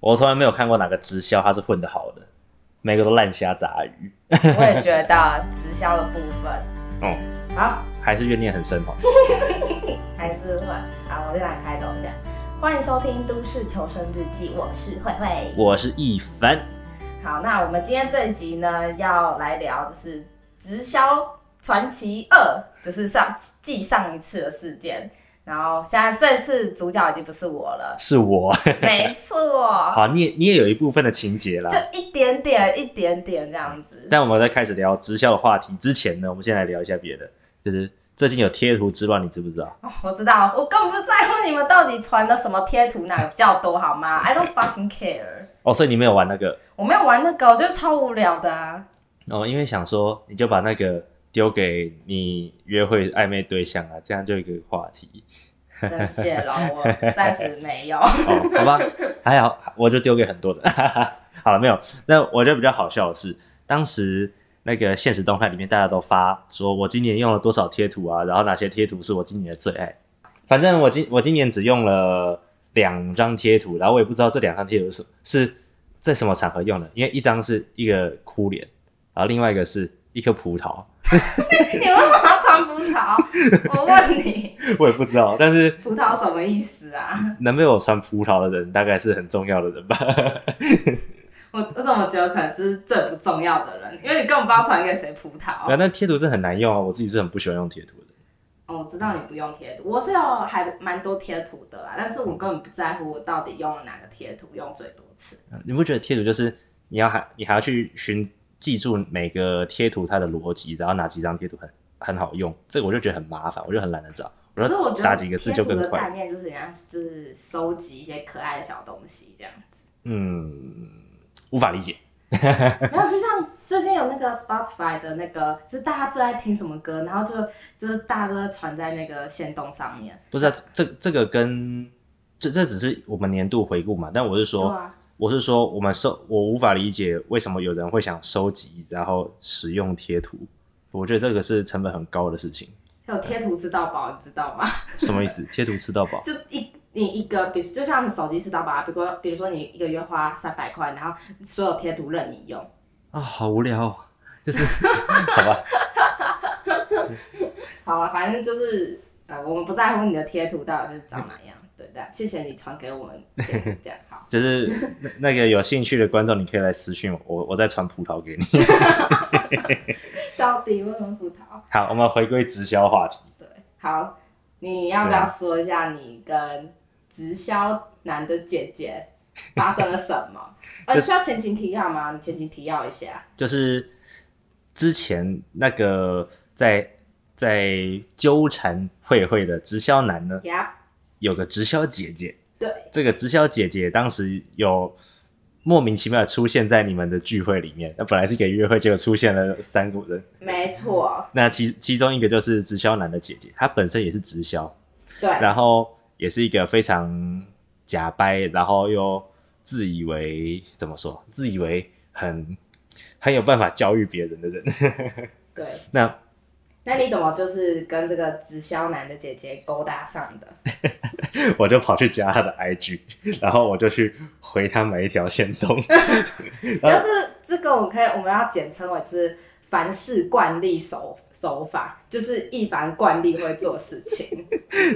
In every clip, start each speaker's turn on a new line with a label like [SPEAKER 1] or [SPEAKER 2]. [SPEAKER 1] 我从来没有看过哪个直销它是混得好的，每个都烂虾杂鱼。
[SPEAKER 2] 我也觉得直销的部分，
[SPEAKER 1] 哦，
[SPEAKER 2] 好，
[SPEAKER 1] 还是怨念很深哦。
[SPEAKER 2] 还是会。好，我就来开头这样。欢迎收听《都市求生日记》，我是慧慧。
[SPEAKER 1] 我是一凡，，
[SPEAKER 2] 好，那我们今天这一集呢，要来聊就是《直销传奇二》，就是上继上一次的事件。然后现在这次主角已经不是我 了
[SPEAKER 1] 是我。
[SPEAKER 2] 没错，
[SPEAKER 1] 好，你也你也有一部分的情节啦。
[SPEAKER 2] 就一点点，一点点这样 子。
[SPEAKER 1] 但我们在开始聊直销的话题之前呢，我们先来聊一下别的，就是最近有贴图之乱，你知不知道？
[SPEAKER 2] 哦我知道，我根本不在乎你们到底传的什么贴图，哪个比较多，好吗？I don't fucking care。
[SPEAKER 1] 哦，所以你没有玩那个
[SPEAKER 2] 我没有玩那个，我觉得超无聊 的啊。
[SPEAKER 1] 哦，因为想说你就把那个丢给你约会暧昧对象啊，这样就有一个话题。
[SPEAKER 2] 真谢喽，我暂时没有。
[SPEAKER 1] 哦，好吧，还好，我就丢给很多的。 好了，没有。那我觉得比较好笑的是，当时那个现实动态里面，大家都发说我今年用了多少贴图啊，然后哪些贴图是我今年的最爱。反正我今我今年只用了两张贴图，然后我也不知道这两张贴图是是在什么场合用的，因为一张是一个哭脸，然后另外一个是一颗葡萄，
[SPEAKER 2] 你为什么要传葡萄？ 我问你，
[SPEAKER 1] 我也不知道，但是
[SPEAKER 2] 葡萄什么意思啊？
[SPEAKER 1] 能被我穿葡萄的人，大概是很重要的人吧。
[SPEAKER 2] 我我怎么觉得可能是最不重要的人？因为你根本不知道传给谁葡萄。
[SPEAKER 1] 啊，但贴图是很难用啊，我自己是很不喜欢用贴图的。
[SPEAKER 2] 哦，我知道你不用贴图，我是有还蛮多贴图的啦，但是我根本不在乎我到底用了哪个贴图，用最多次。
[SPEAKER 1] 你不觉得贴图就是你要还你还要去寻记住每个贴图它的逻辑，然后哪几张贴图很很好用，这个我就觉得很麻烦，我就很懒得找。我
[SPEAKER 2] 可是我
[SPEAKER 1] 说
[SPEAKER 2] 觉
[SPEAKER 1] 打
[SPEAKER 2] 得
[SPEAKER 1] 几
[SPEAKER 2] 贴
[SPEAKER 1] 个字
[SPEAKER 2] 图
[SPEAKER 1] 就更
[SPEAKER 2] 的
[SPEAKER 1] 快
[SPEAKER 2] 概。念就是人家就是收集一些可爱的小东西这样子，
[SPEAKER 1] 嗯，无法理解。
[SPEAKER 2] 没有就像最近有那个 Spotify 的那个，就是大家最爱听什么歌，然后就就是大家都在传在那个线动上面。
[SPEAKER 1] 不是、啊、这这个跟这这只是我们年度回顾嘛，但我是
[SPEAKER 2] 对
[SPEAKER 1] 说，
[SPEAKER 2] 啊，
[SPEAKER 1] 我是说我们收我无法理解为什么有人会想收集然后使用贴图，我觉得这个是成本很高的事情。
[SPEAKER 2] 还有贴图吃到饱，你知道吗？
[SPEAKER 1] 什么意思？贴图吃到饱？
[SPEAKER 2] 就一你一个，比如就像你手机吃到饱啊，比如说比如说你一个月花三百块，然后所有贴图任你用。
[SPEAKER 1] 啊，好无聊、哦，就是 好吧。
[SPEAKER 2] 好了，反正就是呃，我们不在乎你的贴图到底是长哪样，对的。谢谢你传给我们贴图，这样好。
[SPEAKER 1] 就是那 那个有兴趣的观众，你可以来私信我，我我再传葡萄给你。
[SPEAKER 2] 到底为什么葡萄？
[SPEAKER 1] 好，我们回归直销话题。
[SPEAKER 2] 对，好，你要不
[SPEAKER 1] 怎
[SPEAKER 2] 要
[SPEAKER 1] 样
[SPEAKER 2] 说一下你跟直销男的姐姐发生了什 么？呃，
[SPEAKER 1] 就
[SPEAKER 2] 需要前情提要吗？你前情提要一下。
[SPEAKER 1] 就是之前那个在在纠缠慧慧的直销男呢，
[SPEAKER 2] 呀、
[SPEAKER 1] 有个直销姐姐。
[SPEAKER 2] 对，
[SPEAKER 1] 这个直销姐姐当时有莫名其妙的出现在你们的聚会里面，那本来是一个约会，结果出现了三个人。
[SPEAKER 2] 没错，
[SPEAKER 1] 那其其中一个就是直销男的姐姐，她本身也是直销，
[SPEAKER 2] 对，
[SPEAKER 1] 然后也是一个非常假掰，然后又自以为怎么说，自以为很很有办法教育别人的 人。
[SPEAKER 2] 对。
[SPEAKER 1] 那
[SPEAKER 2] 那你怎么就是跟这个直销男的姐姐勾搭上的？
[SPEAKER 1] 我就跑去加他的 IG，然后我就去回他每一条线动。呃
[SPEAKER 2] 然后这这个我们可以，我们要简称为就是凡事惯例手手法，就是一凡惯例会做事情。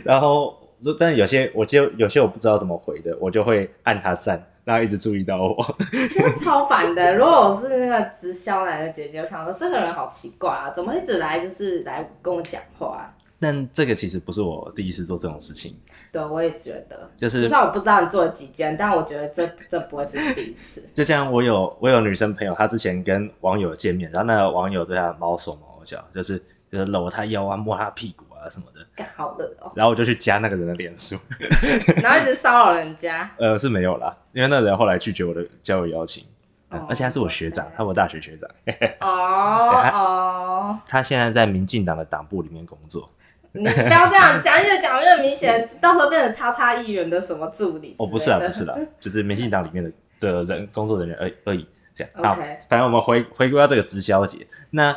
[SPEAKER 1] 然后，但有些我就有些我不知道怎么回的，我就会按他赞，让他一直注意到我。
[SPEAKER 2] 就是超烦的。如果我是那个直销男的姐姐，我想说这个人好奇怪啊，怎么一直来就是来跟我讲话、啊
[SPEAKER 1] 但这个其实不是我第一次做这种事情，
[SPEAKER 2] 对，我也觉得，
[SPEAKER 1] 就
[SPEAKER 2] 就是算我不知道你做了几件，但我觉得这这不会是第一次。
[SPEAKER 1] 就像我有我有女生朋友，她之前跟网友见面，然后那个网友对她毛手毛脚，就是就是搂她腰啊，摸她屁股啊什么的，
[SPEAKER 2] 干好热哦，
[SPEAKER 1] 然后我就去加那个人的脸书，
[SPEAKER 2] 然后一直骚扰人家。
[SPEAKER 1] 呃是没有啦，因为那个人后来拒绝我的交友邀请，呃
[SPEAKER 2] 哦
[SPEAKER 1] 而且他是我学长
[SPEAKER 2] 哇，塞
[SPEAKER 1] 他是我大学学长，
[SPEAKER 2] 哦
[SPEAKER 1] 他
[SPEAKER 2] 哦。
[SPEAKER 1] 他现在在民进党的党部里面工作，
[SPEAKER 2] 你不要这样讲，越讲越明显，到时候变成叉叉议员的什么助理。
[SPEAKER 1] 哦不是啦不是。啦，就是民进党里面的的人工作人员而而已，这样好
[SPEAKER 2] OK，
[SPEAKER 1] 反正我们回回归到这个直销节，那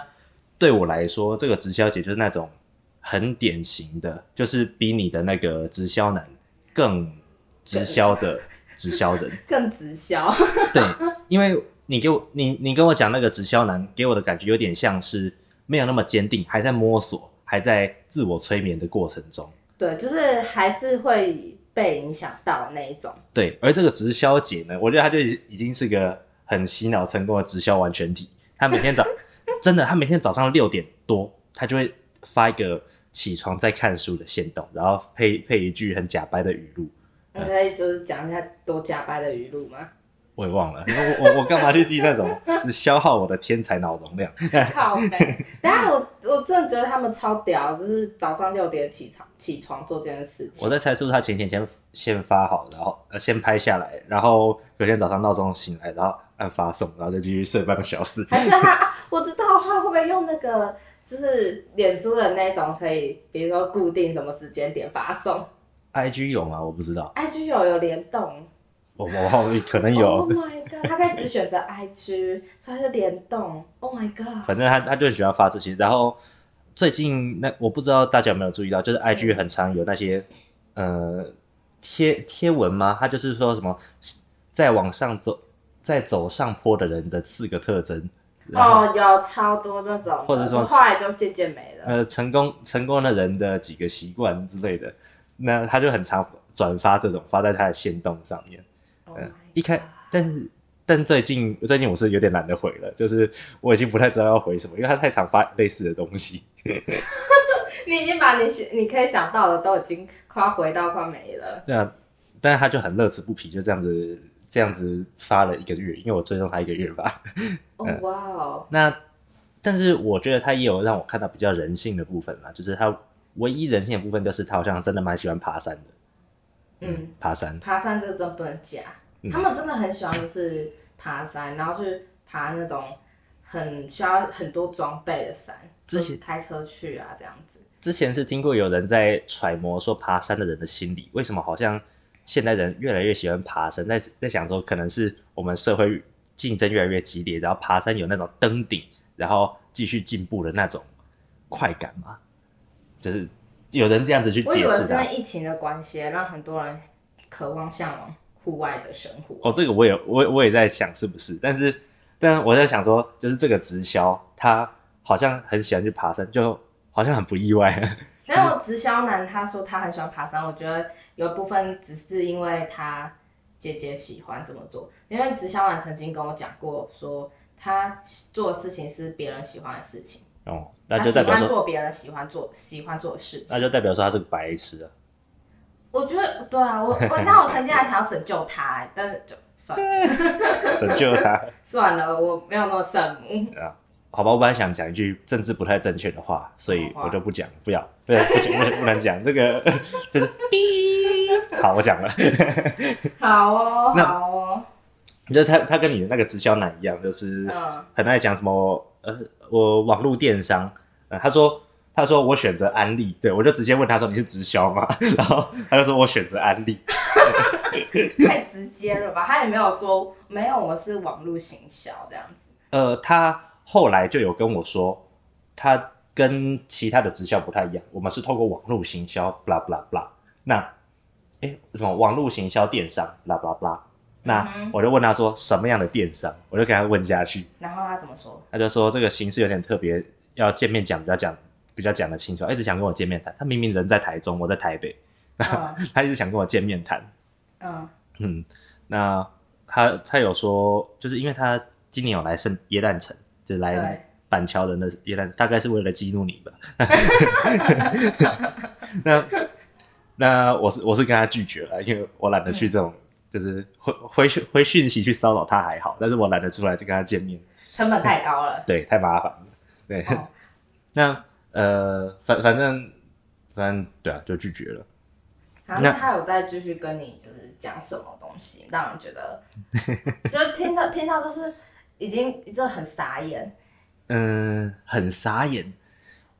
[SPEAKER 1] 对我来说，这个直销节就是那种很典型的，就是比你的那个直销男更直销的直销人。
[SPEAKER 2] 更直销。
[SPEAKER 1] 对，因为你给我你你跟我讲那个直销男给我的感觉有点像是没有那么坚定，还在摸索，还在自我催眠的过程中。
[SPEAKER 2] 对，就是还是会被影响到那一种。
[SPEAKER 1] 对，而这个直销姐呢，我觉得她就已已经是个很洗脑成功的直销完全体。她每天早真的，她每天早上六点多，她就会发一个起床在看书的线动，然后配配一句很假掰的语录，
[SPEAKER 2] 你可以就是讲一下多假掰的语录吗？
[SPEAKER 1] 我也忘了，我我我干嘛去记那种消耗我的天才脑容量？
[SPEAKER 2] 靠背。但是我我真的觉得他们超屌，就是早上六点起床起床做这件事
[SPEAKER 1] 我
[SPEAKER 2] 情。
[SPEAKER 1] 在猜是不是他前天先先发好，然后呃先拍下来，然后隔天早上闹钟醒来，然后按发送，然后再继续睡半个小时。
[SPEAKER 2] 还是他、啊，我知道他会不会用那个，就是脸书的那种，可以比如说固定什么时间点发送
[SPEAKER 1] IG 有吗？我不知道，
[SPEAKER 2] ，IG 有有联动。
[SPEAKER 1] 我我后面可能有
[SPEAKER 2] Oh，my god！他可以只选择 IG，所以他是联动。Oh my god！
[SPEAKER 1] 反正他他就很喜欢发这些。然后最近那我不知道大家有没有注意到，就是 IG 很常有那些呃贴贴文吗？他就是说什么在往上走，在走上坡的人的四个特征，然后、
[SPEAKER 2] 哦，有超多这种的，
[SPEAKER 1] 或者说
[SPEAKER 2] 我后来就渐渐没了。
[SPEAKER 1] 呃成功成功的人的几个习惯之类的，那他就很常转发这种发在他的线动上面。
[SPEAKER 2] Oh
[SPEAKER 1] 呃
[SPEAKER 2] my
[SPEAKER 1] 一开
[SPEAKER 2] god，
[SPEAKER 1] 但是但最近最近我是有点懒得回了，就是我已经不太知道要回什么，因为他太常发类似的东西。
[SPEAKER 2] 你已经把你想你可以想到的都已经快要回到快没了。
[SPEAKER 1] 对啊，但是他就很乐此不疲，就这样子这样子发了一个月，因为我追踪他一个月吧。
[SPEAKER 2] 哦哇哦，
[SPEAKER 1] 那但是我觉得他也有让我看到比较人性的部分啦，就是他唯一人性的部分就是他好像真的蛮喜欢爬山的。
[SPEAKER 2] 嗯，
[SPEAKER 1] 爬山，
[SPEAKER 2] 爬山这个真不能假，
[SPEAKER 1] 嗯
[SPEAKER 2] 他们真的很喜欢就是爬山，然后去爬那种很需要很多装备的山，
[SPEAKER 1] 之前
[SPEAKER 2] 就开车去啊这样子。
[SPEAKER 1] 之前是听过有人在揣摩说爬山的人的心理，为什么好像现代人越来越喜欢爬山？在在想说，可能是我们社会竞争越来越激烈，然后爬山有那种登顶，然后继续进步的那种快感嘛？就是有人这样子去
[SPEAKER 2] 我以
[SPEAKER 1] 解
[SPEAKER 2] 为
[SPEAKER 1] 释
[SPEAKER 2] 是因
[SPEAKER 1] 它
[SPEAKER 2] 为。疫情的关系，让很多人渴望向往户外的生活。
[SPEAKER 1] 哦，这个我也我也我也在想是不是，但是但我在想说，就是这个直销他好像很喜欢去爬山，就好像很不意外。
[SPEAKER 2] 但我直销男他说他很喜欢爬山，我觉得有一部分只是因为他姐姐喜欢这么做，因为直销男曾经跟我讲过说。他做的事情是别人喜欢的事情，
[SPEAKER 1] 哦，那
[SPEAKER 2] 他
[SPEAKER 1] 就
[SPEAKER 2] 喜
[SPEAKER 1] 代表
[SPEAKER 2] 欢
[SPEAKER 1] 说，
[SPEAKER 2] 做别人喜欢做喜欢做的事情
[SPEAKER 1] 那。就代表说他是个白痴啊。
[SPEAKER 2] 我觉得对啊，我 我那我曾经还想要拯救他、欸，但是就算了
[SPEAKER 1] 拯救他。
[SPEAKER 2] 算了，我没有那么圣母。
[SPEAKER 1] 好吧，我本来想讲一句政治不太正确的话，所以
[SPEAKER 2] 什么话
[SPEAKER 1] 我就不讲，不要，不要，不行，不行不能讲这个，就是哔。好，我讲了。
[SPEAKER 2] 好哦，
[SPEAKER 1] 那
[SPEAKER 2] 好哦，
[SPEAKER 1] 就是他，他跟你的那个直销男一样，就是
[SPEAKER 2] 嗯
[SPEAKER 1] 很爱讲什么呃，我网络电商。呃、他说，他说我选择安利，对我就直接问他说你是直销吗？ 然后他就说我选择安利。
[SPEAKER 2] 太直接了吧？他也没有说没有，我是网络行销这样子。
[SPEAKER 1] 呃，他后来就有跟我说，他跟其他的直销不太一样，我们是透过网络行销，blah blah blah。那，哎，什么网络行销电商，blah blah blah。那
[SPEAKER 2] 嗯哼
[SPEAKER 1] 我就问他说什么样的电商，我就给他问下去，
[SPEAKER 2] 然后他怎么说？
[SPEAKER 1] 他就说这个形式有点特别，要见面讲比较讲比较讲得清楚，一直想跟我见面谈。他明明人在台中，我在台北，
[SPEAKER 2] 嗯
[SPEAKER 1] 他一直想跟我见面谈。
[SPEAKER 2] 嗯
[SPEAKER 1] 嗯，那他他有说，就是因为他今年有来圣耶诞城，就
[SPEAKER 2] 对
[SPEAKER 1] 来板桥人的耶诞，大概是为了激怒你吧。那那我是我是跟他拒绝了，因为我懒得
[SPEAKER 2] 嗯
[SPEAKER 1] 去这种，就是回回讯回讯息去骚扰他还好，但是我懒得出来再跟他见面，
[SPEAKER 2] 成本太高了。
[SPEAKER 1] 对，太麻烦了。对，
[SPEAKER 2] 哦
[SPEAKER 1] 那呃，反反正反正对啊，就拒绝了。
[SPEAKER 2] 然后
[SPEAKER 1] 那
[SPEAKER 2] 他有再继续跟你就是讲什么东西，让人觉得 就听到听到就是已经就很傻眼。
[SPEAKER 1] 嗯，很傻眼。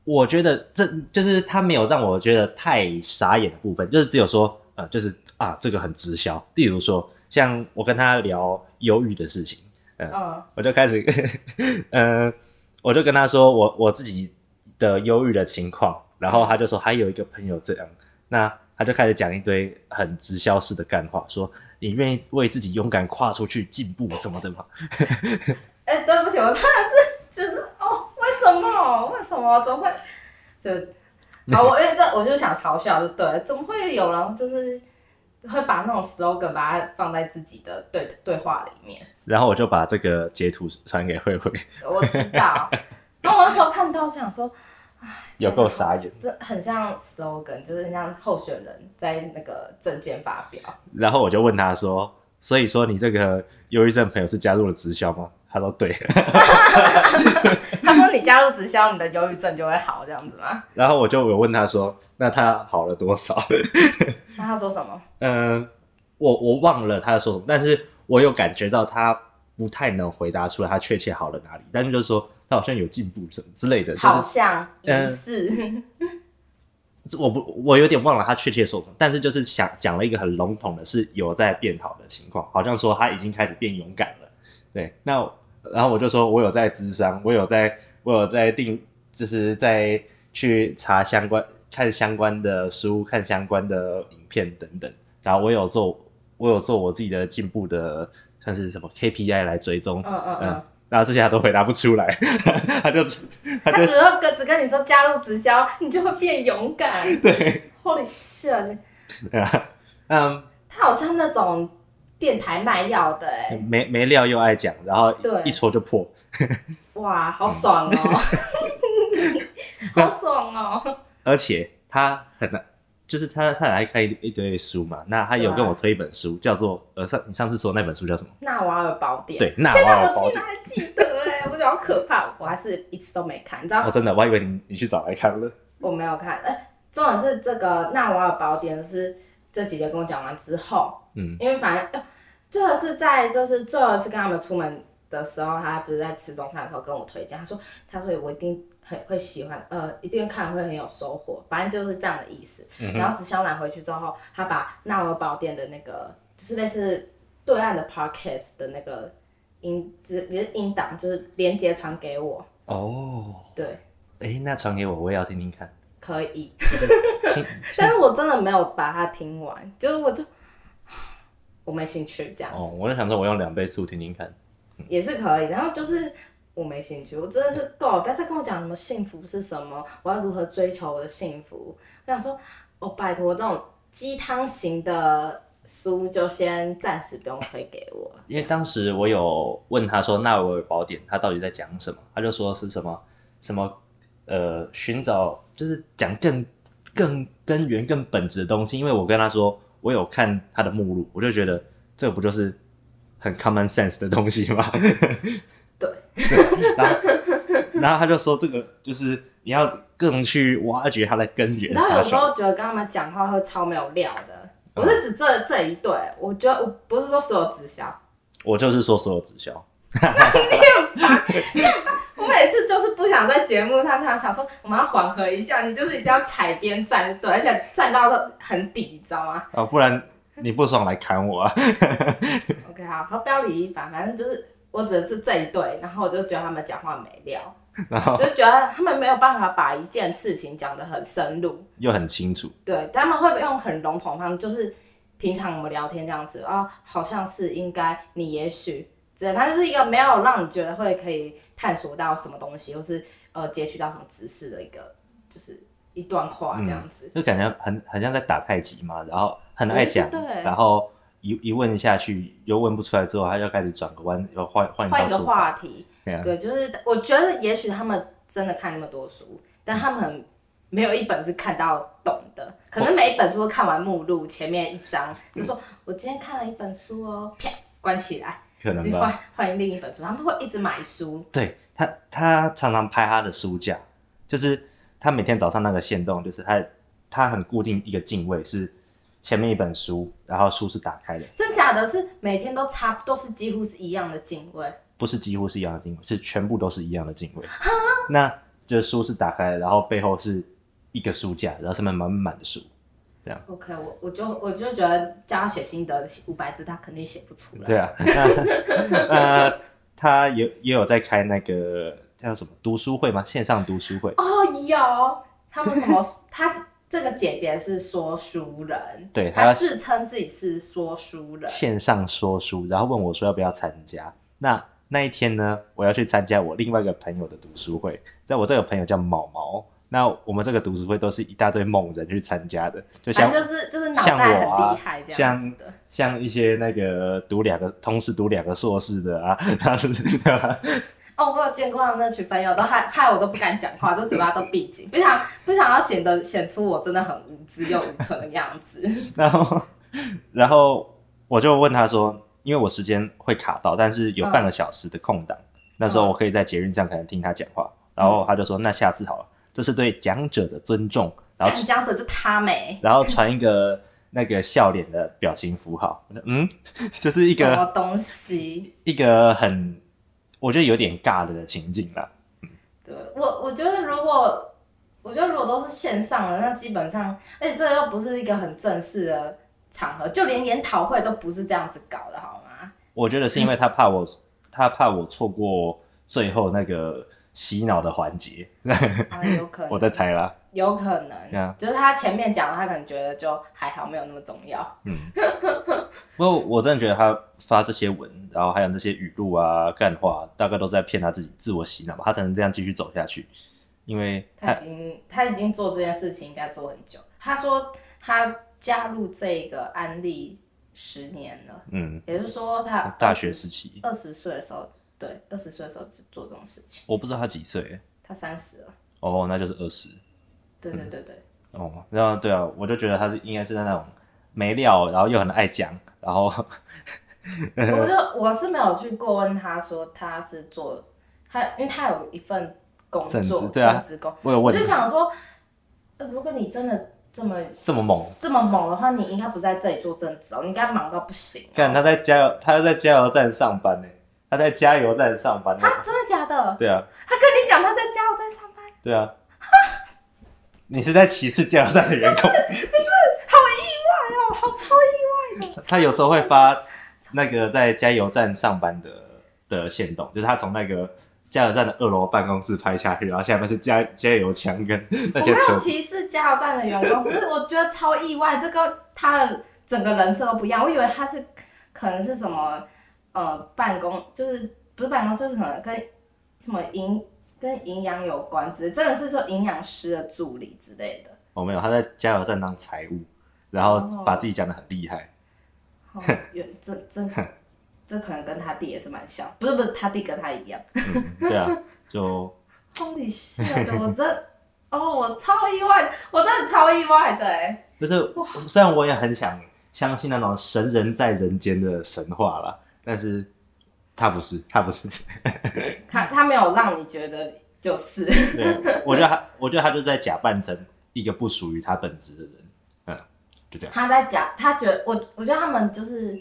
[SPEAKER 1] 我觉得这就是他没有让我觉得太傻眼的部分，就是只有说，呃，就是啊，这个很直销。例如说，像我跟他聊忧郁的事情，
[SPEAKER 2] 嗯
[SPEAKER 1] 我就开始， 呃，我就跟他说我我自己的忧郁的情况，然后他就说还有一个朋友这样，那他就开始讲一堆很直销式的干话，说你愿意为自己勇敢跨出去进步什么的吗？
[SPEAKER 2] 哎、对不起，我真的是觉得哦，为什么？为什么？怎么会？ 就啊，我因为这我就想嘲笑，就对了，怎么会有人就是会把那种 slogan 把它放在自己的对对话里面？
[SPEAKER 1] 然后我就把这个截图传给慧慧，
[SPEAKER 2] 我知 道。然后我那时候看到是想说，
[SPEAKER 1] 有够傻眼。
[SPEAKER 2] 这很像 slogan，就是很像候选人在那个证件发表。
[SPEAKER 1] 然后我就问他说：“所以说你这个忧郁症朋友是加入了直销吗？”他说：“对。
[SPEAKER 2] 他说你加入直销，你的忧郁症就会好这样子吗？”
[SPEAKER 1] 然后我就有问他说：“那他好了多少
[SPEAKER 2] 那他说什么？？”
[SPEAKER 1] 嗯，我我忘了他说什么，但是我有感觉到他不太能回答出来他确切好了哪里，但是就是说他好像有进步什么之类的，就
[SPEAKER 2] 好
[SPEAKER 1] 是
[SPEAKER 2] 像疑
[SPEAKER 1] 嗯
[SPEAKER 2] 似，
[SPEAKER 1] 我不我有点忘了他确切说什么，但是就是想讲了一个很笼统的，是有在变好的情况，好像说他已经开始变勇敢了。对，那然后我就说我有在智商，我有在我有在定，就是在去查相关看相关的书，看相关的影片等等，然后我有做我有做我自己的进步的，像是什么 KPI 来追踪，
[SPEAKER 2] 嗯嗯
[SPEAKER 1] 嗯
[SPEAKER 2] 嗯，
[SPEAKER 1] 然后这些他都回答不出来， 他就他
[SPEAKER 2] 他
[SPEAKER 1] 就
[SPEAKER 2] 只会跟只跟你说加入直销， 你就会变勇敢。
[SPEAKER 1] 对，
[SPEAKER 2] Holy shit！
[SPEAKER 1] 嗯。
[SPEAKER 2] 他好像那种电台卖药的、欸，
[SPEAKER 1] 没没料又爱讲，然后
[SPEAKER 2] 对
[SPEAKER 1] 一戳就破。嗯
[SPEAKER 2] 哇，好爽哦、 好爽哦、
[SPEAKER 1] 而且他很难，就是他他很爱看一一堆书嘛。那他有
[SPEAKER 2] 对啊
[SPEAKER 1] 跟我推一本书，叫做呃上你上次说的那本书叫什么？
[SPEAKER 2] 纳瓦尔宝典。
[SPEAKER 1] 对，纳
[SPEAKER 2] 天
[SPEAKER 1] 瓦
[SPEAKER 2] 哪，
[SPEAKER 1] 尔
[SPEAKER 2] 我
[SPEAKER 1] 宝
[SPEAKER 2] 竟
[SPEAKER 1] 典。
[SPEAKER 2] 然还记得哎、我觉得好可怕，我还是一次都没看，你知道
[SPEAKER 1] 哦，真的，我还以为你你去找来看了。
[SPEAKER 2] 我没有看，哎、重点是这个《纳瓦尔宝典》是这姐姐跟我讲完之后，
[SPEAKER 1] 嗯，
[SPEAKER 2] 因为反正、呃、这个是在就是最后一次跟他们出门的时候，他就是在吃中餐的时候跟我推荐，他说他说哎我一定很会喜欢，呃，一定看了会很有收获，反正就是这样的意思。
[SPEAKER 1] 嗯哼
[SPEAKER 2] 然后直销拿回去之后，他把《纳瓦尔宝典》的那个就是类似对岸的 podcast 的那个音，只不是音档，就是连接传给我，
[SPEAKER 1] 哦，
[SPEAKER 2] 对，
[SPEAKER 1] 哎，那传给我，我也要听听 看。
[SPEAKER 2] 可以。
[SPEAKER 1] 听
[SPEAKER 2] 但是我真的没有把它听完，就是我就 我没兴趣这样子、
[SPEAKER 1] 哦，我就想说，我用两倍速听听看。
[SPEAKER 2] 也是可以。然后就是我没兴趣，我真的是够了，不要再跟我讲什么幸福是什么，我要如何追求我的幸福。我想说，哦，拜托，这种鸡汤型的书就先暂时不用推给我。
[SPEAKER 1] 因为当时我有问他说《纳维尔宝典》他到底在讲什么，他就说是什么什么呃寻找，就是讲更更根源、更本质的东西。因为我跟他说我有看他的目录，我就觉得这不就是很 common sense 的东西吗？
[SPEAKER 2] 对
[SPEAKER 1] 对，然后然后他就说这个就是你要更去挖掘它的根
[SPEAKER 2] 你
[SPEAKER 1] 源。
[SPEAKER 2] 知道
[SPEAKER 1] 啥
[SPEAKER 2] 有时
[SPEAKER 1] 小
[SPEAKER 2] 候觉得跟他们讲话会超没有料的。我是指这这一对，我觉得我不是说所有直销，
[SPEAKER 1] 我就是说所有直销，
[SPEAKER 2] 我每次就是不想在节目上这样想说，我们要缓和一下，你就是一定要踩边站就对，而且站到很底，你知 道吗
[SPEAKER 1] 啊，不然你不爽来砍我啊！
[SPEAKER 2] ？OK，好，好，不要理一凡，反正就是我只是这一对，然后我就觉得他们讲话没料，
[SPEAKER 1] 然后
[SPEAKER 2] 就是觉得他们没有办法把一件事情讲得很深入，
[SPEAKER 1] 又很清楚。
[SPEAKER 2] 对，他们会用很笼统的方式，就是平常我们聊天这样子啊、哦，好像是应该，你也许，这反正就是一个没有让你觉得会可以探索到什么东西，或是呃截取到什么知识的一个，就是一段话这样子。
[SPEAKER 1] 就感觉很很像在打太极嘛，然后很爱讲，
[SPEAKER 2] 对对对
[SPEAKER 1] 然后一一问下去又问不出来之后，他就开始转个弯，又换换
[SPEAKER 2] 换
[SPEAKER 1] 一
[SPEAKER 2] 一个
[SPEAKER 1] 套说法。
[SPEAKER 2] 话题，
[SPEAKER 1] 对啊，
[SPEAKER 2] 对，就是我觉得也许他们真的看那么多书，但他们很没有一本是看到懂的，可能每一本书都看完目录前面一章，就说我今天看了一本书哦，啪关起来，
[SPEAKER 1] 可能
[SPEAKER 2] 就
[SPEAKER 1] 吧。
[SPEAKER 2] 换换另一本书，他们会一直买书，
[SPEAKER 1] 对他，他常常拍他的书架，就是他每天早上那个线动，就是他他很固定一个进位是前面一本书，然后书是打开的，
[SPEAKER 2] 真假的是每天都差都是几乎是一样的进位，
[SPEAKER 1] 不是几乎是一样的进位，是全部都是一样的进位。那这书是打开的，然后背后是一个书架，然后上面满满的书。
[SPEAKER 2] OK，我我就我就觉得叫他写心得五百字，他肯定写不出来。
[SPEAKER 1] 对啊， 那呃，他也也有在开那个叫什么读书会吗？线上读书会，
[SPEAKER 2] 哦，有他们什么？他这个姐姐是说书人，
[SPEAKER 1] 对她
[SPEAKER 2] 她
[SPEAKER 1] 要
[SPEAKER 2] 自称自己是说书人，
[SPEAKER 1] 线上说书，然后问我说要不要参加。那那一天呢，我要去参加我另外一个朋友的读书会。在我这个朋友叫毛毛，那我们这个读书会都是一大堆猛人去参加的，就像
[SPEAKER 2] 反正就是就是脑
[SPEAKER 1] 像
[SPEAKER 2] 袋
[SPEAKER 1] 我啊
[SPEAKER 2] 很厉害这样子的。
[SPEAKER 1] 像一些那个读两个同时读两个硕士的啊， 然后是
[SPEAKER 2] 哦，我有见过他们那群朋友，都害害我都不敢讲话，都嘴巴都闭紧，不想不想要显得显出我真的很无知又无蠢的样子。
[SPEAKER 1] 然后然后我就问他说，因为我时间会卡到，但是有
[SPEAKER 2] 嗯
[SPEAKER 1] 半个小时的空档，那时候我可以在捷运上可能听他讲话。然
[SPEAKER 2] 嗯
[SPEAKER 1] 后他就说，那下次好了，这是对讲者的尊重。然后
[SPEAKER 2] 但这样子就他没
[SPEAKER 1] 然后传一个那个笑脸的表情符号。我说嗯， 就是一
[SPEAKER 2] 什么
[SPEAKER 1] 个
[SPEAKER 2] 东西。
[SPEAKER 1] 一个很，我觉得有点尬的情景啦。
[SPEAKER 2] 对我，我觉得如果我觉得如果都是线上的，那基本上，而且这又不是一个很正式的场合，就连研讨会都不是这样子搞的，好吗？
[SPEAKER 1] 我觉得是因为他怕我，他怕我错过最后那个洗脑的环节，
[SPEAKER 2] 啊，有可能，
[SPEAKER 1] 我在猜啦。
[SPEAKER 2] 有可
[SPEAKER 1] 对
[SPEAKER 2] 能
[SPEAKER 1] 啊，
[SPEAKER 2] 就是他前面讲，他可能觉得就还好，没有那么重要。
[SPEAKER 1] 不过我真的觉得他发这些文，然后还有那些语录啊、干话，大概都在骗他自己自我洗脑吧，他才能这样继续走下去。因为
[SPEAKER 2] 他
[SPEAKER 1] 他
[SPEAKER 2] 已经他已经做这件事情应该做很久。他说他加入这个案例十年了，
[SPEAKER 1] 嗯，
[SPEAKER 2] 也就是说他
[SPEAKER 1] 大学时期，
[SPEAKER 2] 二十岁的时候，对，二十岁的时候就做这种事情。
[SPEAKER 1] 我不知道他几岁，
[SPEAKER 2] 他三十了，
[SPEAKER 1] 哦，那就是二十。
[SPEAKER 2] 对对对 对。
[SPEAKER 1] 哦，然后对啊，我就觉得他是应该是那种没料，然后又很爱讲，然后
[SPEAKER 2] 我就我是没有去过问他说他是做他，因为他有一份工作，
[SPEAKER 1] 正职对啊
[SPEAKER 2] 正职工，
[SPEAKER 1] 我有
[SPEAKER 2] 我
[SPEAKER 1] 问
[SPEAKER 2] 就
[SPEAKER 1] 你
[SPEAKER 2] 想说，呃如果你真的这么
[SPEAKER 1] 这么猛，
[SPEAKER 2] 这么猛的话，你应该不在这里做正职哦，你应该忙到不行、
[SPEAKER 1] 看他在加油，他在加油站上班呢，他在加油站上班呢，
[SPEAKER 2] 啊，真的假的？
[SPEAKER 1] 对啊，
[SPEAKER 2] 他跟你讲他在加油站上班，
[SPEAKER 1] 对啊，你是在歧视加油站的员工？
[SPEAKER 2] 好意外哦，好超意外的。
[SPEAKER 1] 他有时候会发那个在加油站上班的的线动，就是他从那个加油站的二楼办公室拍下去，然后下面是加加油枪跟那
[SPEAKER 2] 我
[SPEAKER 1] 些
[SPEAKER 2] 没
[SPEAKER 1] 车
[SPEAKER 2] 有，歧视加油站的员工，只是我觉得超意外，这个他的整个人设都不一样。我以为他是可能是什么呃办公，就是不是办公室，就是可能跟什么营跟营养有关之类，真的是说营养师的助理之类的。
[SPEAKER 1] 我、哦没有，他在加油站当财务，然后把自己讲的很厉害。
[SPEAKER 2] 哦，有这这这可能跟他弟也是蛮像，不是不是，他弟跟他一样。
[SPEAKER 1] 嗯对啊，就
[SPEAKER 2] Holy shit！我真哦，我超意外，我真的超意外的哎。
[SPEAKER 1] 就是虽然我也很想相信那种神人在人间的神话啦，但是他不是，他不是。
[SPEAKER 2] 他他没有让你觉得就是。
[SPEAKER 1] 对，啊我觉得他，我觉得他就在假扮成一个不属于他本质的人。嗯，就这样。
[SPEAKER 2] 他在讲，他觉得我，我觉得他们就是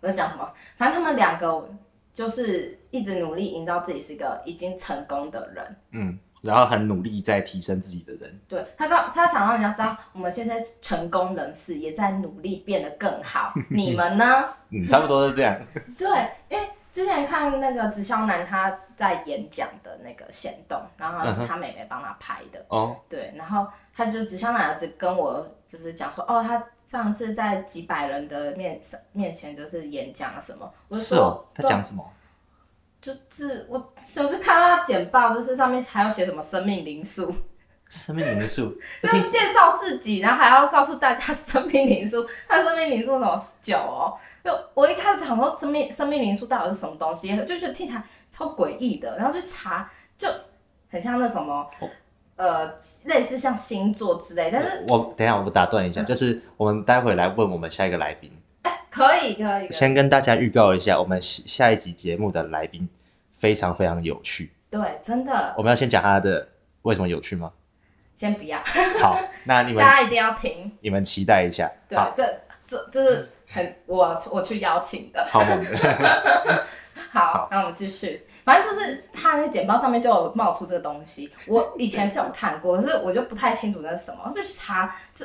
[SPEAKER 2] 我在讲什么，反正他们两个就是一直努力营造自己是一个已经成功的人。
[SPEAKER 1] 嗯，然后很努力在提升自己的人。
[SPEAKER 2] 对他告他想让人家知道，我们这些成功人士也在努力变得更好。你们呢？
[SPEAKER 1] 嗯，差不多是这样。
[SPEAKER 2] 对，因为之前看那个直销男他在演讲的那个行动，然后好像是他妹妹帮他拍的。
[SPEAKER 1] 哦，
[SPEAKER 2] 对，然后他就只相当儿子跟我就是讲说，哦，他上次在几百人的面面前就是演讲了什么，我就是说，
[SPEAKER 1] 哦，他
[SPEAKER 2] 对啊
[SPEAKER 1] 讲什么？
[SPEAKER 2] 就是我总是看到他简报，就是上面还要写什么生命灵数，
[SPEAKER 1] 生命灵 数。
[SPEAKER 2] 就介绍自己，然后还要告诉大家 生命灵数，他生命灵数什么九哦，就我一开始想说生命生命灵数到底是什么东西，就觉得听起来超诡异的，然后去查就很像那什么。
[SPEAKER 1] 哦
[SPEAKER 2] 呃，类似像星座之类，但是
[SPEAKER 1] 我等一下，我打断一
[SPEAKER 2] 嗯
[SPEAKER 1] 下，就是我们待会来问我们下一个来宾。
[SPEAKER 2] 可以可以，可以
[SPEAKER 1] 先跟大家预告一下，我们下下一集节目的来宾非常非常有趣。
[SPEAKER 2] 对，真的，
[SPEAKER 1] 我们要先讲他的为什么有趣吗？
[SPEAKER 2] 先不要，
[SPEAKER 1] 好，那你们
[SPEAKER 2] 大家一定要听。
[SPEAKER 1] 你们期待一下，
[SPEAKER 2] 对，这这这是很我我去邀请的。
[SPEAKER 1] 超猛的，
[SPEAKER 2] 好，
[SPEAKER 1] 好
[SPEAKER 2] 那我们继续。反正就是他那简报上面就有冒出这个东西，我以前是有看过，可是我就不太清楚那是什么，我就去查，就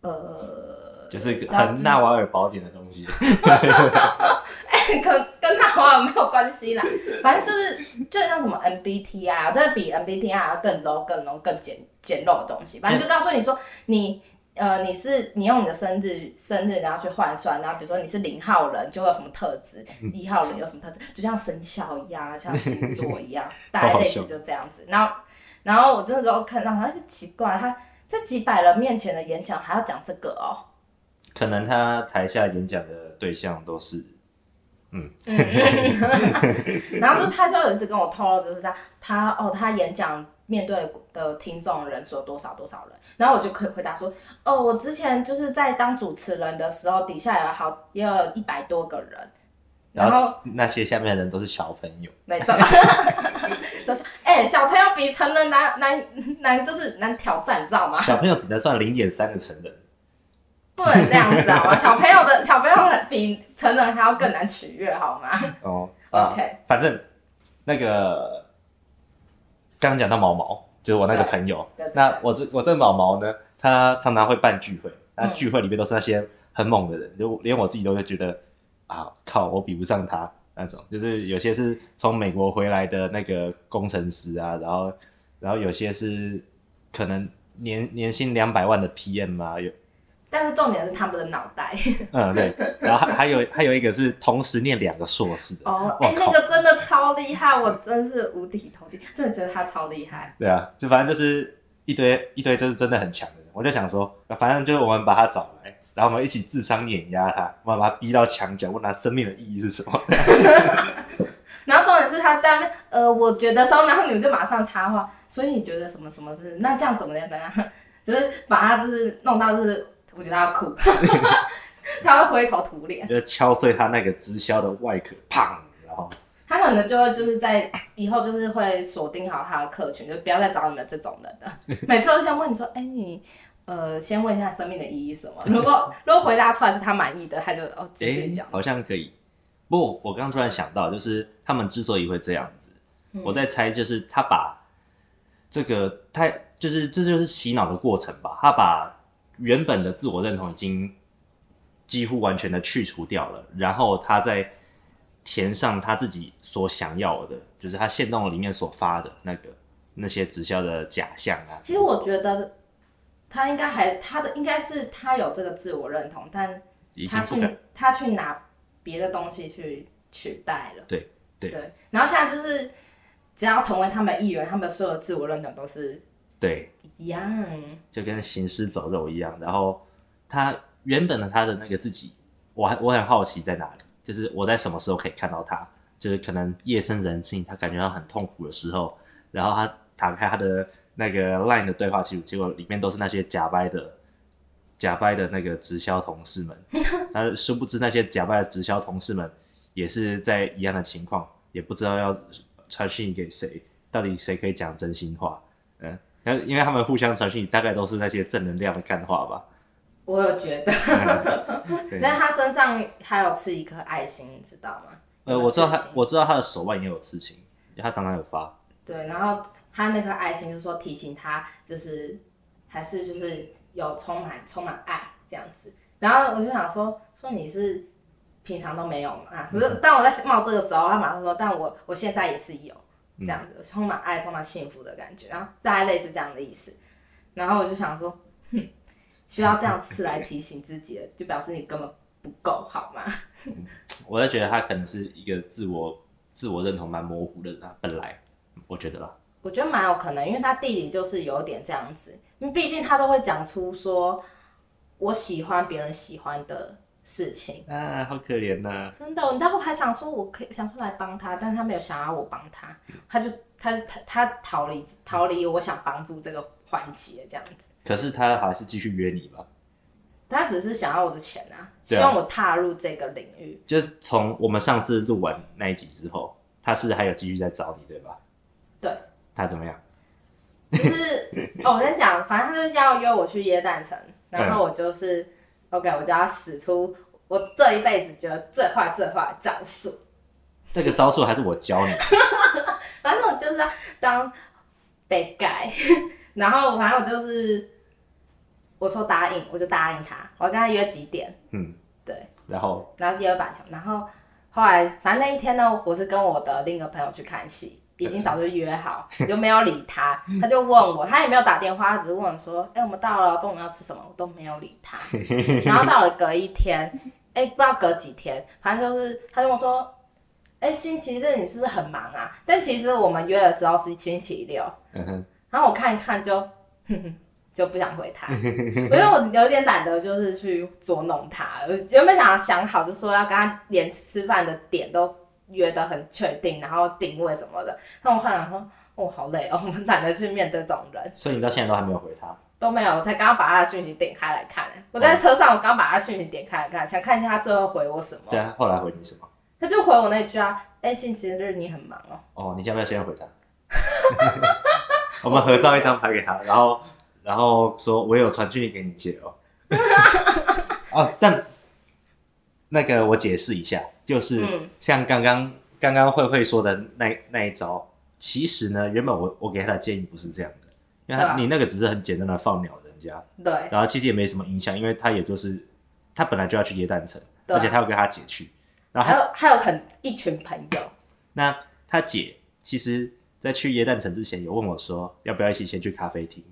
[SPEAKER 2] 呃，
[SPEAKER 1] 就是一个
[SPEAKER 2] 然后
[SPEAKER 1] 很纳瓦尔宝典的东西。
[SPEAKER 2] 跟跟他好像没有关系啦，反正就是就像什么 MBTI 啊，这比 MBTI 要更 low、更 low、更简简陋的东西，反正就告诉你说你。呃，你是你用你的生日生日，然后去换算，然后比如说你是零号人，就会有什么特质；一号人有什么特质，就像生肖一样，啊像星座一样，大概类似就这样子。然后，然后我那时候看到，他就奇怪，他在几百人面前的演讲还要讲这个哦。
[SPEAKER 1] 可能他台下演讲的对象都是，嗯，
[SPEAKER 2] 嗯，嗯 然后就是他就一直跟我透露，就是他他哦，他演讲面对的听众人数有多少多少人，然后我就可以回答说，哦，我之前就是在当主持人的时候，底下有好也有一百多个人，然后
[SPEAKER 1] 那些下面的人都是小朋友，
[SPEAKER 2] 没错，都是哎、小朋友比成人难难难就是难挑战，你知 道吗？
[SPEAKER 1] 小朋友只能算零点三个成人，
[SPEAKER 2] 不能这样子好吗？小朋友的小朋友比成人还要更难取悦好吗？
[SPEAKER 1] 哦
[SPEAKER 2] OK
[SPEAKER 1] 反正那个刚刚讲到毛毛，就是我那个朋友
[SPEAKER 2] 对对，对
[SPEAKER 1] 那我这我这毛毛呢，他常常会办聚会，那
[SPEAKER 2] 嗯
[SPEAKER 1] 聚会里面都是那些很猛的人，就连我自己都会觉得啊靠，我比不上他那种，就是有些是从美国回来的那个工程师啊，然后然后有些是可能年年薪两百万的 PM 啊，有
[SPEAKER 2] 但是重点是他们的脑袋
[SPEAKER 1] 嗯对，然后还还有还有一个是同时念两个硕士的，
[SPEAKER 2] 哦，
[SPEAKER 1] 哇
[SPEAKER 2] 哎、那个真的超厉害，我真是五体投地，真的觉得他超厉害。
[SPEAKER 1] 对啊，就反正就是一堆一堆，就是真的很强的人。我就想说，反正就是我们把他找来，然后我们一起智商碾压他，我们把他逼到墙角，问他生命的意义是什么。
[SPEAKER 2] 然后重点是他在那边，呃，我觉得说，然后你们就马上插话，所以你觉得什么什么是？那这样怎么样怎样？ 就是把他就是弄到就是，我觉得他要 哭，他会灰头土脸，
[SPEAKER 1] 就敲碎他那个直销的外壳，砰！然后
[SPEAKER 2] 他可能就会就是在以后就是会锁定好他的客群，就不要再找你们这种人 了。每次都先问你说，哎、你。呃，先问一下生命的意义是什么？如果如果回答出来是他满意的，他就哦继续
[SPEAKER 1] 诶
[SPEAKER 2] 讲。
[SPEAKER 1] 好像可以。不过我刚刚突然想到，就是他们之所以会这样子，
[SPEAKER 2] 嗯
[SPEAKER 1] 我在猜，就是他把这个他就是这就是洗脑的过程吧，他把原本的自我认同已经几乎完全的去除掉了，然后他再填上他自己所想要的，就是他线动里面所发的那个那些直销的假象啊。
[SPEAKER 2] 其实我觉得他应该还他的应该是他有这个自我认同，但
[SPEAKER 1] 已经
[SPEAKER 2] 他
[SPEAKER 1] 不敢
[SPEAKER 2] 去他去拿别的东西去取代了。
[SPEAKER 1] 对对
[SPEAKER 2] 然后现在就是只要成为他们艺人，他们所有的自我认同都是
[SPEAKER 1] 对
[SPEAKER 2] 一样。
[SPEAKER 1] 就跟行尸走肉一样。然后他原本的他的那个自己，我还我很好奇在哪里，就是我在什么时候可以看到他，就是可能夜深人静，他感觉到很痛苦的时候，然后他打开他的那个 LINE 的对话记录，结果里面都是那些假掰的。假掰的那个直销同事们， 他殊不知那些假掰的直销同事们也是在一样的情况，也不知道要传讯给谁，到底谁可以讲真心话，嗯，那因为他们互相传讯，大概都是那些正能量的干话 吧。
[SPEAKER 2] 我有觉得，
[SPEAKER 1] 对，
[SPEAKER 2] 但他身上还有刺一颗爱心，你知道吗？
[SPEAKER 1] 呃，我知道他
[SPEAKER 2] 有个刺青，
[SPEAKER 1] 我知道他的手腕也有刺青，他常常有发。
[SPEAKER 2] 对，然后他那颗爱心就说提醒他，就是还是就是有充满充满爱这样子。然后我就想说，说你是平常都没有嘛？啊可是当我在冒这个时候，他马上说，但我我现在也是有这样子，充满爱、充满幸福的感觉，然后大概类似这样的意思。然后我就想说，哼，需要这样刺来提醒自己了，就表示你根本不够好吗？
[SPEAKER 1] 我就觉得他可能是一个自我自我认同蛮模糊的人啊，本来我觉得啦，
[SPEAKER 2] 我觉得蛮有可能，因为他弟弟就是有点这样子，因为毕竟他都会讲出说我喜欢别人喜欢的事情。
[SPEAKER 1] 啊，好可怜呐、
[SPEAKER 2] 真的，你知道我还想说，我可以想说来帮他，但是他没有想要我帮他，他就他就他他逃离逃离我想帮助这个环节这样子，
[SPEAKER 1] 可是他还是继续约你吧，
[SPEAKER 2] 他只是想要我的钱啊，希
[SPEAKER 1] 对啊
[SPEAKER 2] 望我踏入这个领域。
[SPEAKER 1] 就是从我们上次录完那一集之后，他是还有继续在找你对吧？
[SPEAKER 2] 对，
[SPEAKER 1] 他怎么样？
[SPEAKER 2] 就是哦，我跟你讲，反正他就是要约我去耶诞城，然后我就是、OK，我就要使出我这一辈子觉得最坏最坏的招数。
[SPEAKER 1] 那个招数还是我教你，
[SPEAKER 2] 反正我就是要当被盖， 然后反正我就是我说答应，我就答应他，我跟他约几点，
[SPEAKER 1] 嗯，
[SPEAKER 2] 对，
[SPEAKER 1] 然后
[SPEAKER 2] 然后第二板球，然后后来反正那一天呢，我是跟我的另一个朋友去看戏，已经早就约好，我就没有理他，他就问我，他也没有打电话，他只是问我说，哎、我们到了，中午要吃什么？我都没有理他。然后到了隔一天，哎、不知道隔几天，反正就是他跟我说，哎、星期日你是不是很忙啊？但其实我们约的时候是星期六，
[SPEAKER 1] 嗯哼，
[SPEAKER 2] 然后我看一看就，哼哼，就不想回他， 我觉得我有点懒得，就是去捉弄他了。我原本想想好，就说要跟他连吃饭的点都约得很确定，然后定位什么的。那我后来想说，哦，好累哦，我们懒得去面对这种人，
[SPEAKER 1] 所以你到现在都还没有回他，
[SPEAKER 2] 都没有。我才刚刚把他的讯息点开来看、我在车上，我刚把他讯息点开来看，想看一下他最后回我什
[SPEAKER 1] 对
[SPEAKER 2] 么。
[SPEAKER 1] 啊，后来回你什么？
[SPEAKER 2] 他就回我那句啊，哎、星期日你很忙哦。
[SPEAKER 1] 哦，你要不要先回他？ 我们合照一张拍给他，然后然后说我有传讯息给你姐哦。 哦，但那个我解释一下，就是
[SPEAKER 2] 嗯
[SPEAKER 1] 像刚刚刚刚慧慧说的那那一招，其实呢，原本我我给他的建议不是这样的，因为
[SPEAKER 2] 对
[SPEAKER 1] 他
[SPEAKER 2] 啊
[SPEAKER 1] 你那个只是很简单的放鸟人家，
[SPEAKER 2] 对，
[SPEAKER 1] 然后其实也没什么影响，因为他也就是他本来就要去耶诞城，
[SPEAKER 2] 对啊
[SPEAKER 1] 而且他要跟他姐去，然后
[SPEAKER 2] 还
[SPEAKER 1] 他
[SPEAKER 2] 有还有很一群朋友，
[SPEAKER 1] 那他姐其实，在去耶诞城之前有问我说，要不要一起先去咖啡厅，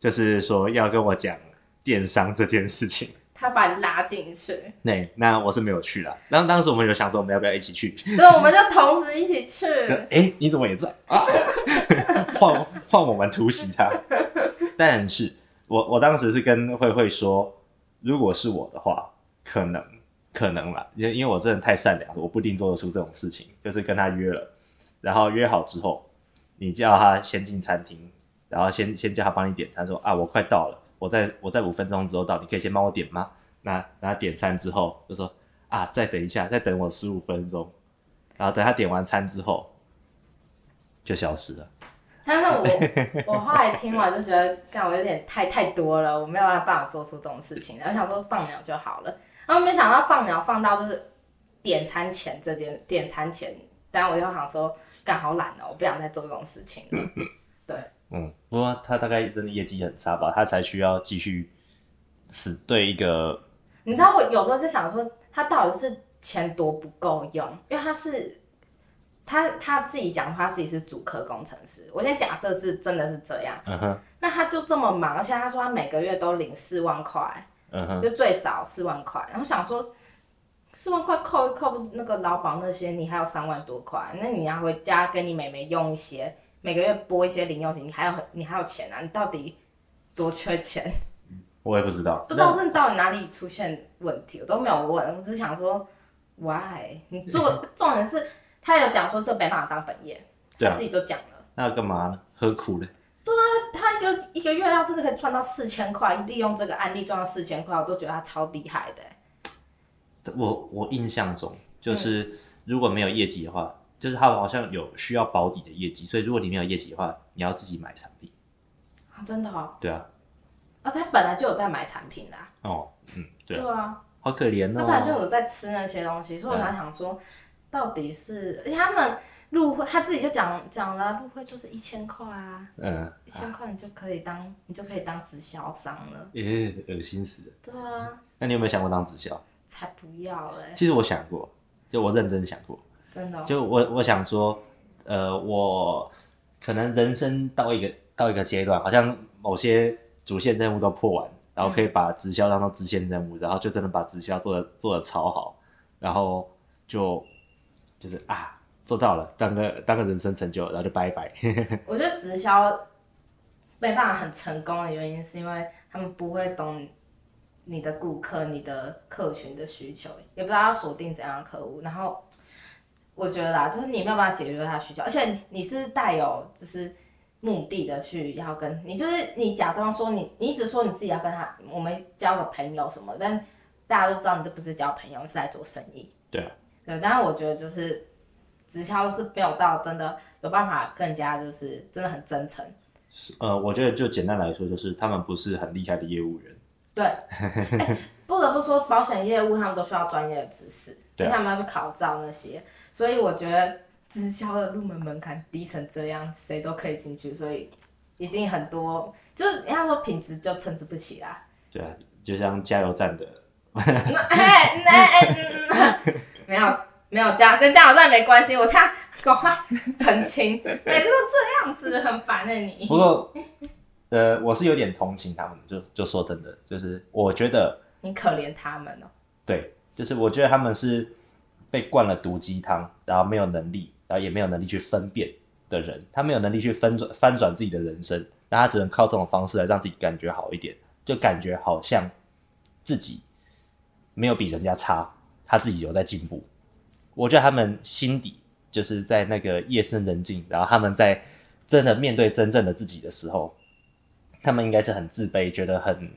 [SPEAKER 1] 就是说要跟我讲电商这件事情。
[SPEAKER 2] 他把你拉进去。
[SPEAKER 1] 那那我是没有去啦。然后当时我们有想说，我们要不要一起去？
[SPEAKER 2] 对，我们就同时一起去。
[SPEAKER 1] 就哎、诶你怎么也在啊？ 换换我们突袭他。但是我我当时是跟慧慧说，如果是我的话，可能可能啦，因为因为我真的太善良了，我不一定做得出这种事情。就是跟他约了，然后约好之后，你叫他先进餐厅，然后先先叫他帮你点餐，说啊我快到了，我在我在五分钟之后到，你可以先帮我点吗？那然后点餐之后就说啊再等一下，再等我十五分钟。然后等他点完餐之后，就消失了。
[SPEAKER 2] 但是我 我后来听完就觉得，干我有点太太多了，我没有办法做出这种事情。然后想说放鸟就好了，然后没想到放鸟放到就是点餐前这件点餐前，但我就想说，干好懒哦，我不想再做这种事情了。
[SPEAKER 1] 嗯，不过他大概真的业绩很差吧，他才需要继续死对一个
[SPEAKER 2] 你知道我有时候在想说，他到底是钱多不够用？因为他是他他自己讲话，他自己是主科工程师。我先假设是真的是这样，
[SPEAKER 1] 嗯哼
[SPEAKER 2] 那他就这么忙，而且他说他每个月都领四万块。
[SPEAKER 1] 嗯哼
[SPEAKER 2] 就最少四万块。然后想说，四万块扣一扣那个劳保那些，你还有三万多块，那你拿回家跟你妹妹用一些，每个月拨一些零用钱，你还有你还有钱啊？你到底多缺钱？
[SPEAKER 1] 我也不知道，
[SPEAKER 2] 不知道是到底哪里出现问题，我都没有问，我只想说，why？你做重点是他有讲说这没办法当本业，
[SPEAKER 1] 对
[SPEAKER 2] 他
[SPEAKER 1] 啊
[SPEAKER 2] 自己就讲了。
[SPEAKER 1] 那要干嘛呢？何苦呢？
[SPEAKER 2] 他就一个月要是可以赚到四千块，利用这个案例赚到四千块，我都觉得他超厉害的欸、
[SPEAKER 1] 我我印象
[SPEAKER 2] 嗯
[SPEAKER 1] 中就是如果没有业绩的话，就是他好像有需要保底的业绩，所以如果你没有业绩的话，你要自己买产品。
[SPEAKER 2] 啊真的哦。
[SPEAKER 1] 对啊，
[SPEAKER 2] 啊，他本来就有在买产品啦、
[SPEAKER 1] 哦，嗯，对啊，
[SPEAKER 2] 啊，
[SPEAKER 1] 好可怜
[SPEAKER 2] 他本来就
[SPEAKER 1] 哦。
[SPEAKER 2] 有在吃那些东西，所以我才
[SPEAKER 1] 啊
[SPEAKER 2] 想说，到底是，而且他们入会，他自己就讲讲了啊，入会就是一千块啊，
[SPEAKER 1] 嗯，
[SPEAKER 2] 一千块你就可以当，你就可以当直销商了，
[SPEAKER 1] 诶、恶心死了。
[SPEAKER 2] 对啊，
[SPEAKER 1] 那你有没有想过当直销？
[SPEAKER 2] 才不要嘞、
[SPEAKER 1] 其实我想过，就我认真想过。
[SPEAKER 2] 真的哦、
[SPEAKER 1] 就我我想说，呃，我可能人生到一个到一个阶段，好像某些主线任务都破完，然后可以把直销当做支线任务，然后就真的把直销做的做的超好，然后就就是啊做到了，当个当个人生成就，然后就拜 拜。
[SPEAKER 2] 我觉得直销没办法很成功的原因，是因为他们不会懂你的顾客、你的客群的需求，也不知道要锁定怎样的客户。然后我觉得啦，就是你没有办法解决他的需求，而且你是带有就是目的的去要跟你，就是你假装说你，你只说你自己要跟他，我们交个朋友什么，但大家都知道你这不是交朋友，你是来做生意。
[SPEAKER 1] 对啊，
[SPEAKER 2] 对，但是我觉得就是直销是没有到真的有办法更加就是真的很真诚。
[SPEAKER 1] 呃，我觉得就简单来说，就是他们不是很厉害的业务员，
[SPEAKER 2] 对，哎不得不说保险业务他们都需要专业的知识，因
[SPEAKER 1] 对啊
[SPEAKER 2] 为他们要去考照那些，所以我觉得直销的入门门槛低成这样，谁都可以进去，所以一定很多就是人家说品质就参差不齐啦。
[SPEAKER 1] 对啊，就像加油站的，
[SPEAKER 2] 那哎那哎嗯，嗯没有没有加跟加油站没关系，我看赶快澄清，每次都这样子，很烦的你
[SPEAKER 1] 不。过，呃，我是有点同情他们，就就说真的，就是我觉得
[SPEAKER 2] 你可怜他们哦、
[SPEAKER 1] 对，就是我觉得他们是被灌了毒鸡汤，然后没有能力，然后也没有能力去分辨的人，他没有能力去翻转翻转自己的人生，那他只能靠这种方式来让自己感觉好一点，就感觉好像自己没有比人家差，他自己有在进步。我觉得他们心底就是在那个夜深人静，然后他们在真的面对真正的自己的时候，他们应该是很自卑，觉得很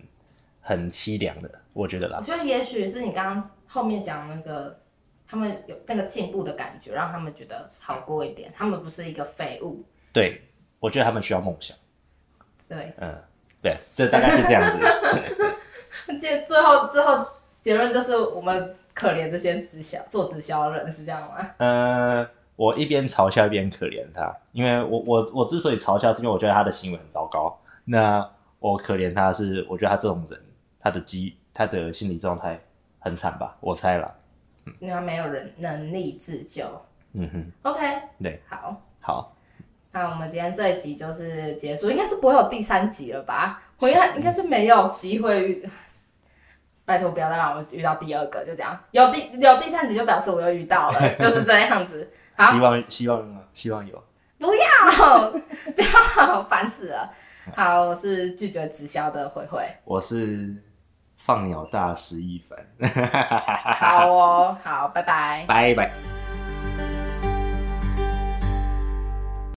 [SPEAKER 1] 很凄凉的，我觉得啦
[SPEAKER 2] 我。觉得也许是你刚刚后面讲那个，他们有那个进步的感觉，让他们觉得好过一点。他们不是一个废物，
[SPEAKER 1] 对，我觉得他们需要梦想。
[SPEAKER 2] 对。
[SPEAKER 1] 嗯，对，这大概是这样子。
[SPEAKER 2] 这最后最后结论就是我们可怜这些直销做直销的人是这样吗？
[SPEAKER 1] 呃，我一边嘲笑一边可怜他，因为我我我之所以嘲笑，是因为我觉得他的行为很糟糕。那我可怜他是，我觉得他这种人，他的机，他的心理状态很惨吧，我猜啦。
[SPEAKER 2] 因为他没有人能力自救。
[SPEAKER 1] 嗯哼，
[SPEAKER 2] OK，
[SPEAKER 1] 对，
[SPEAKER 2] 好，
[SPEAKER 1] 好，
[SPEAKER 2] 那我们今天这一集就是结束，应该是不会有第三集了吧？我应该应该是没有机会遇，拜托不要再让我遇到第二个，就这样。有第有第三集就表示我又遇到了，就是这样子。好
[SPEAKER 1] 希望希望希望有。
[SPEAKER 2] 好， 不要烦死了。好，我是拒绝直销的慧慧。
[SPEAKER 1] 我是放鸟大石一凡，
[SPEAKER 2] 好哦，好，拜拜。
[SPEAKER 1] 拜拜。